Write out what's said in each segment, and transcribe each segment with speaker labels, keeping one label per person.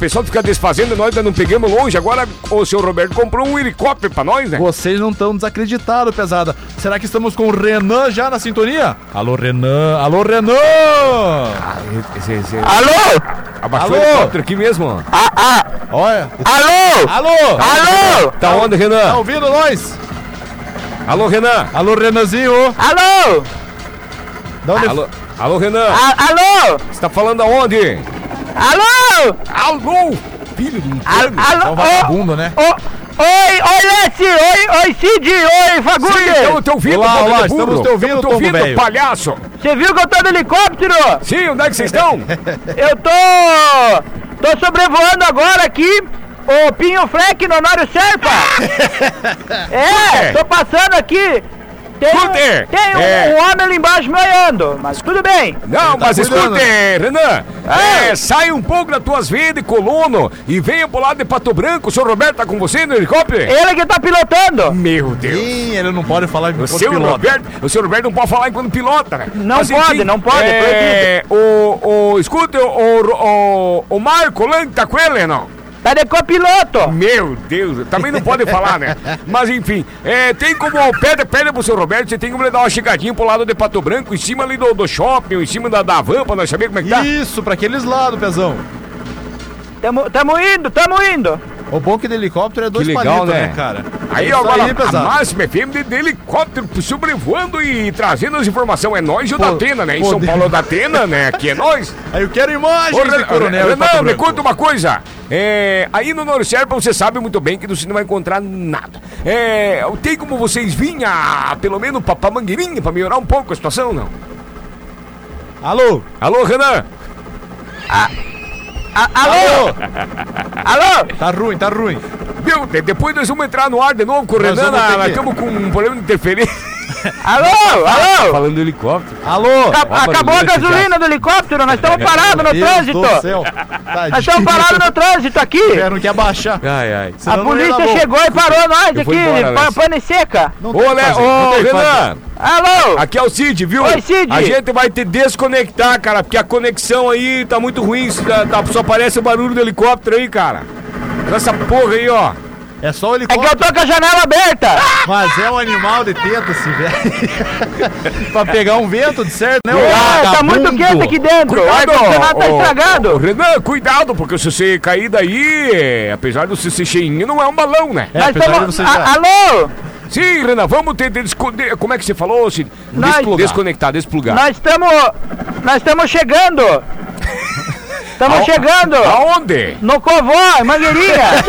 Speaker 1: pessoal fica desfazendo, nós ainda não pegamos longe. Agora o seu Roberto comprou um helicóptero pra nós, né?
Speaker 2: Vocês não estão desacreditados, pesada. Será que estamos com o Renan já na sintonia? Alô, Renan! Alô, Renan!
Speaker 1: Ah, Esse- esse-
Speaker 3: Alô?
Speaker 1: Abaixou
Speaker 2: Alô?
Speaker 1: o helicóptero aqui mesmo. ó.
Speaker 3: Ah, ah,
Speaker 2: Olha!
Speaker 3: alô?
Speaker 2: Alô!
Speaker 3: Alô?
Speaker 1: Tá onde,
Speaker 2: Tá
Speaker 1: Renan?
Speaker 2: ouvindo nós?
Speaker 1: Alô, Renan!
Speaker 2: Alô, Renanzinho!
Speaker 3: Alô?
Speaker 2: Dá um def-
Speaker 1: Alô, Ah. alô Renan!
Speaker 3: A- Alô?
Speaker 1: Você tá falando aonde?
Speaker 3: Alô?
Speaker 1: Alô! Filho do
Speaker 3: Al- Alô?
Speaker 2: Tá um vagabundo, né?
Speaker 3: Ô, ô, oi, oi, Leste! Oi, oi, Cid! Oi,
Speaker 1: Estamos
Speaker 3: Fagundes!
Speaker 1: te ouvindo,
Speaker 2: Olá,
Speaker 1: bando de
Speaker 2: olá,
Speaker 1: burro.
Speaker 2: estamos te ouvindo,
Speaker 1: Estamos
Speaker 2: tombo velho.
Speaker 1: palhaço!
Speaker 3: Você viu que eu tô no helicóptero?
Speaker 1: Sim, onde é que vocês estão?
Speaker 3: Eu tô... Tô sobrevoando agora aqui o Pinho Freck no Honório Serpa. é, tô passando aqui. Tem, um,
Speaker 1: Scooter.
Speaker 3: tem um,
Speaker 1: É.
Speaker 3: um homem ali embaixo me olhando, mas tudo bem.
Speaker 1: Não, mas
Speaker 2: cuidando,
Speaker 1: escute, Renan, Tá é, sai um pouco das tuas veias de colono e venha pro lado de Pato Branco. O senhor Roberto tá com você no helicóptero?
Speaker 3: Ele que tá pilotando.
Speaker 1: Meu Deus.
Speaker 2: Ih, ele não pode falar
Speaker 1: O
Speaker 2: enquanto
Speaker 1: seu,
Speaker 2: piloto.
Speaker 1: Roberto, o seu Roberto não pode falar enquanto pilota, né?
Speaker 3: Não pode, não pode,
Speaker 1: É, o, o, escute, o, o, o Marco Lang tá com ele, não?
Speaker 3: Tá de copiloto.
Speaker 1: Meu Deus, também não pode falar, né? Mas enfim, é, tem como pede, pede pro seu Roberto, você tem como ele dar uma chegadinha pro lado de Pato Branco, em cima ali do, do shopping, ou em cima da, da van, pra nós saber como é que tá.
Speaker 2: Isso, pra aqueles lados, pezão.
Speaker 3: Tamo, tamo indo, tamo indo.
Speaker 2: O bom que do helicóptero é dois
Speaker 1: legal,
Speaker 2: palitos, né,
Speaker 1: né?
Speaker 2: cara?
Speaker 1: Aí
Speaker 2: Isso
Speaker 1: agora, a
Speaker 2: pesado.
Speaker 1: máxima FM de, de helicóptero sobrevoando e trazendo as informações. É nós e o
Speaker 2: Pô,
Speaker 1: da Atena, né? Em São
Speaker 2: pode-
Speaker 1: Paulo é o da Atena, né? Aqui é nós.
Speaker 2: Aí eu quero imagens
Speaker 1: Ô,
Speaker 2: de
Speaker 1: Renan,
Speaker 2: coronel.
Speaker 1: Renan,
Speaker 2: em Pato
Speaker 1: me
Speaker 2: Branco.
Speaker 1: conta uma coisa. É, aí no Noro Serpa você sabe muito bem que você não vai encontrar nada. É, tem como vocês virem, a- pelo menos, pra, pra Mangueirinha, pra melhorar um pouco a situação, não? um-
Speaker 2: Alô?
Speaker 1: Alô, Renan?
Speaker 3: A- alô? alô?
Speaker 2: Tá ruim, tá ruim.
Speaker 1: Meu, de- depois nós vamos entrar no ar de novo com o
Speaker 2: Nós
Speaker 1: Renan.
Speaker 2: vamos ter
Speaker 1: na-
Speaker 2: que-
Speaker 1: Nós estamos com um problema de interferência.
Speaker 3: Alô? Alô?
Speaker 1: Falando do helicóptero.
Speaker 2: Alô?
Speaker 1: Tá
Speaker 3: Acab- Acabou a gasolina do helicóptero, nós estamos parados no
Speaker 2: Meu Deus
Speaker 3: trânsito.
Speaker 2: do céu.
Speaker 3: Nós estamos parados no trânsito aqui.
Speaker 2: Tiveram que abaixar.
Speaker 1: Ai, ai.
Speaker 3: A
Speaker 2: Senão não ia dar
Speaker 3: polícia
Speaker 2: bom.
Speaker 3: chegou e parou nós aqui,
Speaker 1: vou embora,
Speaker 3: pa-
Speaker 1: Alex.
Speaker 3: pane seca.
Speaker 2: Não
Speaker 1: Ô,
Speaker 2: tem o que
Speaker 1: Le-
Speaker 2: fazer,
Speaker 1: ô,
Speaker 2: não tem o que fazer.
Speaker 1: Renan,
Speaker 3: Alô?
Speaker 1: aqui é o Cid, viu?
Speaker 3: Oi, Cid.
Speaker 1: A gente vai te desconectar, cara, porque a conexão aí tá muito ruim, isso tá- tá- só aparece o barulho do helicóptero aí, cara. Essa porra aí, ó.
Speaker 2: É só o
Speaker 3: É que eu
Speaker 2: helicóptero.
Speaker 3: tô com a janela aberta.
Speaker 2: Mas é um animal de teta esse velho. pra pegar um vento, de certo, né? ô
Speaker 3: Ah, tá
Speaker 2: vagabundo?
Speaker 3: muito quente aqui dentro. O ar-condicionado tá
Speaker 1: ô, ô,
Speaker 3: estragado.
Speaker 1: Renan, cuidado, porque se você cair daí, é, apesar do você ser cheinho, não é um balão, né?
Speaker 2: É,
Speaker 3: Nós
Speaker 2: apesar de
Speaker 3: estamos...
Speaker 2: você já-
Speaker 3: Alô?
Speaker 1: Sim, Renan, vamos ter de desco- de- Como é que você falou, Cid?
Speaker 3: Nós-
Speaker 1: Desplugar. Desconectar,
Speaker 2: Tá.
Speaker 1: desplugar.
Speaker 3: Nós estamos... Nós estamos chegando. Estamos
Speaker 1: Ao-
Speaker 3: chegando.
Speaker 1: Aonde?
Speaker 3: No Covó, em Mangueirinha.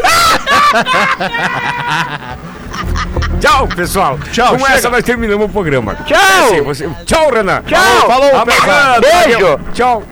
Speaker 1: Tchau, pessoal.
Speaker 2: Tchau,
Speaker 1: Com
Speaker 2: chega.
Speaker 1: essa nós terminamos o programa.
Speaker 3: Tchau.
Speaker 1: É assim, você- Tchau, Renan.
Speaker 3: Tchau.
Speaker 1: Falou,
Speaker 2: Falou,
Speaker 1: abraço.
Speaker 3: Beijo.
Speaker 1: Tchau.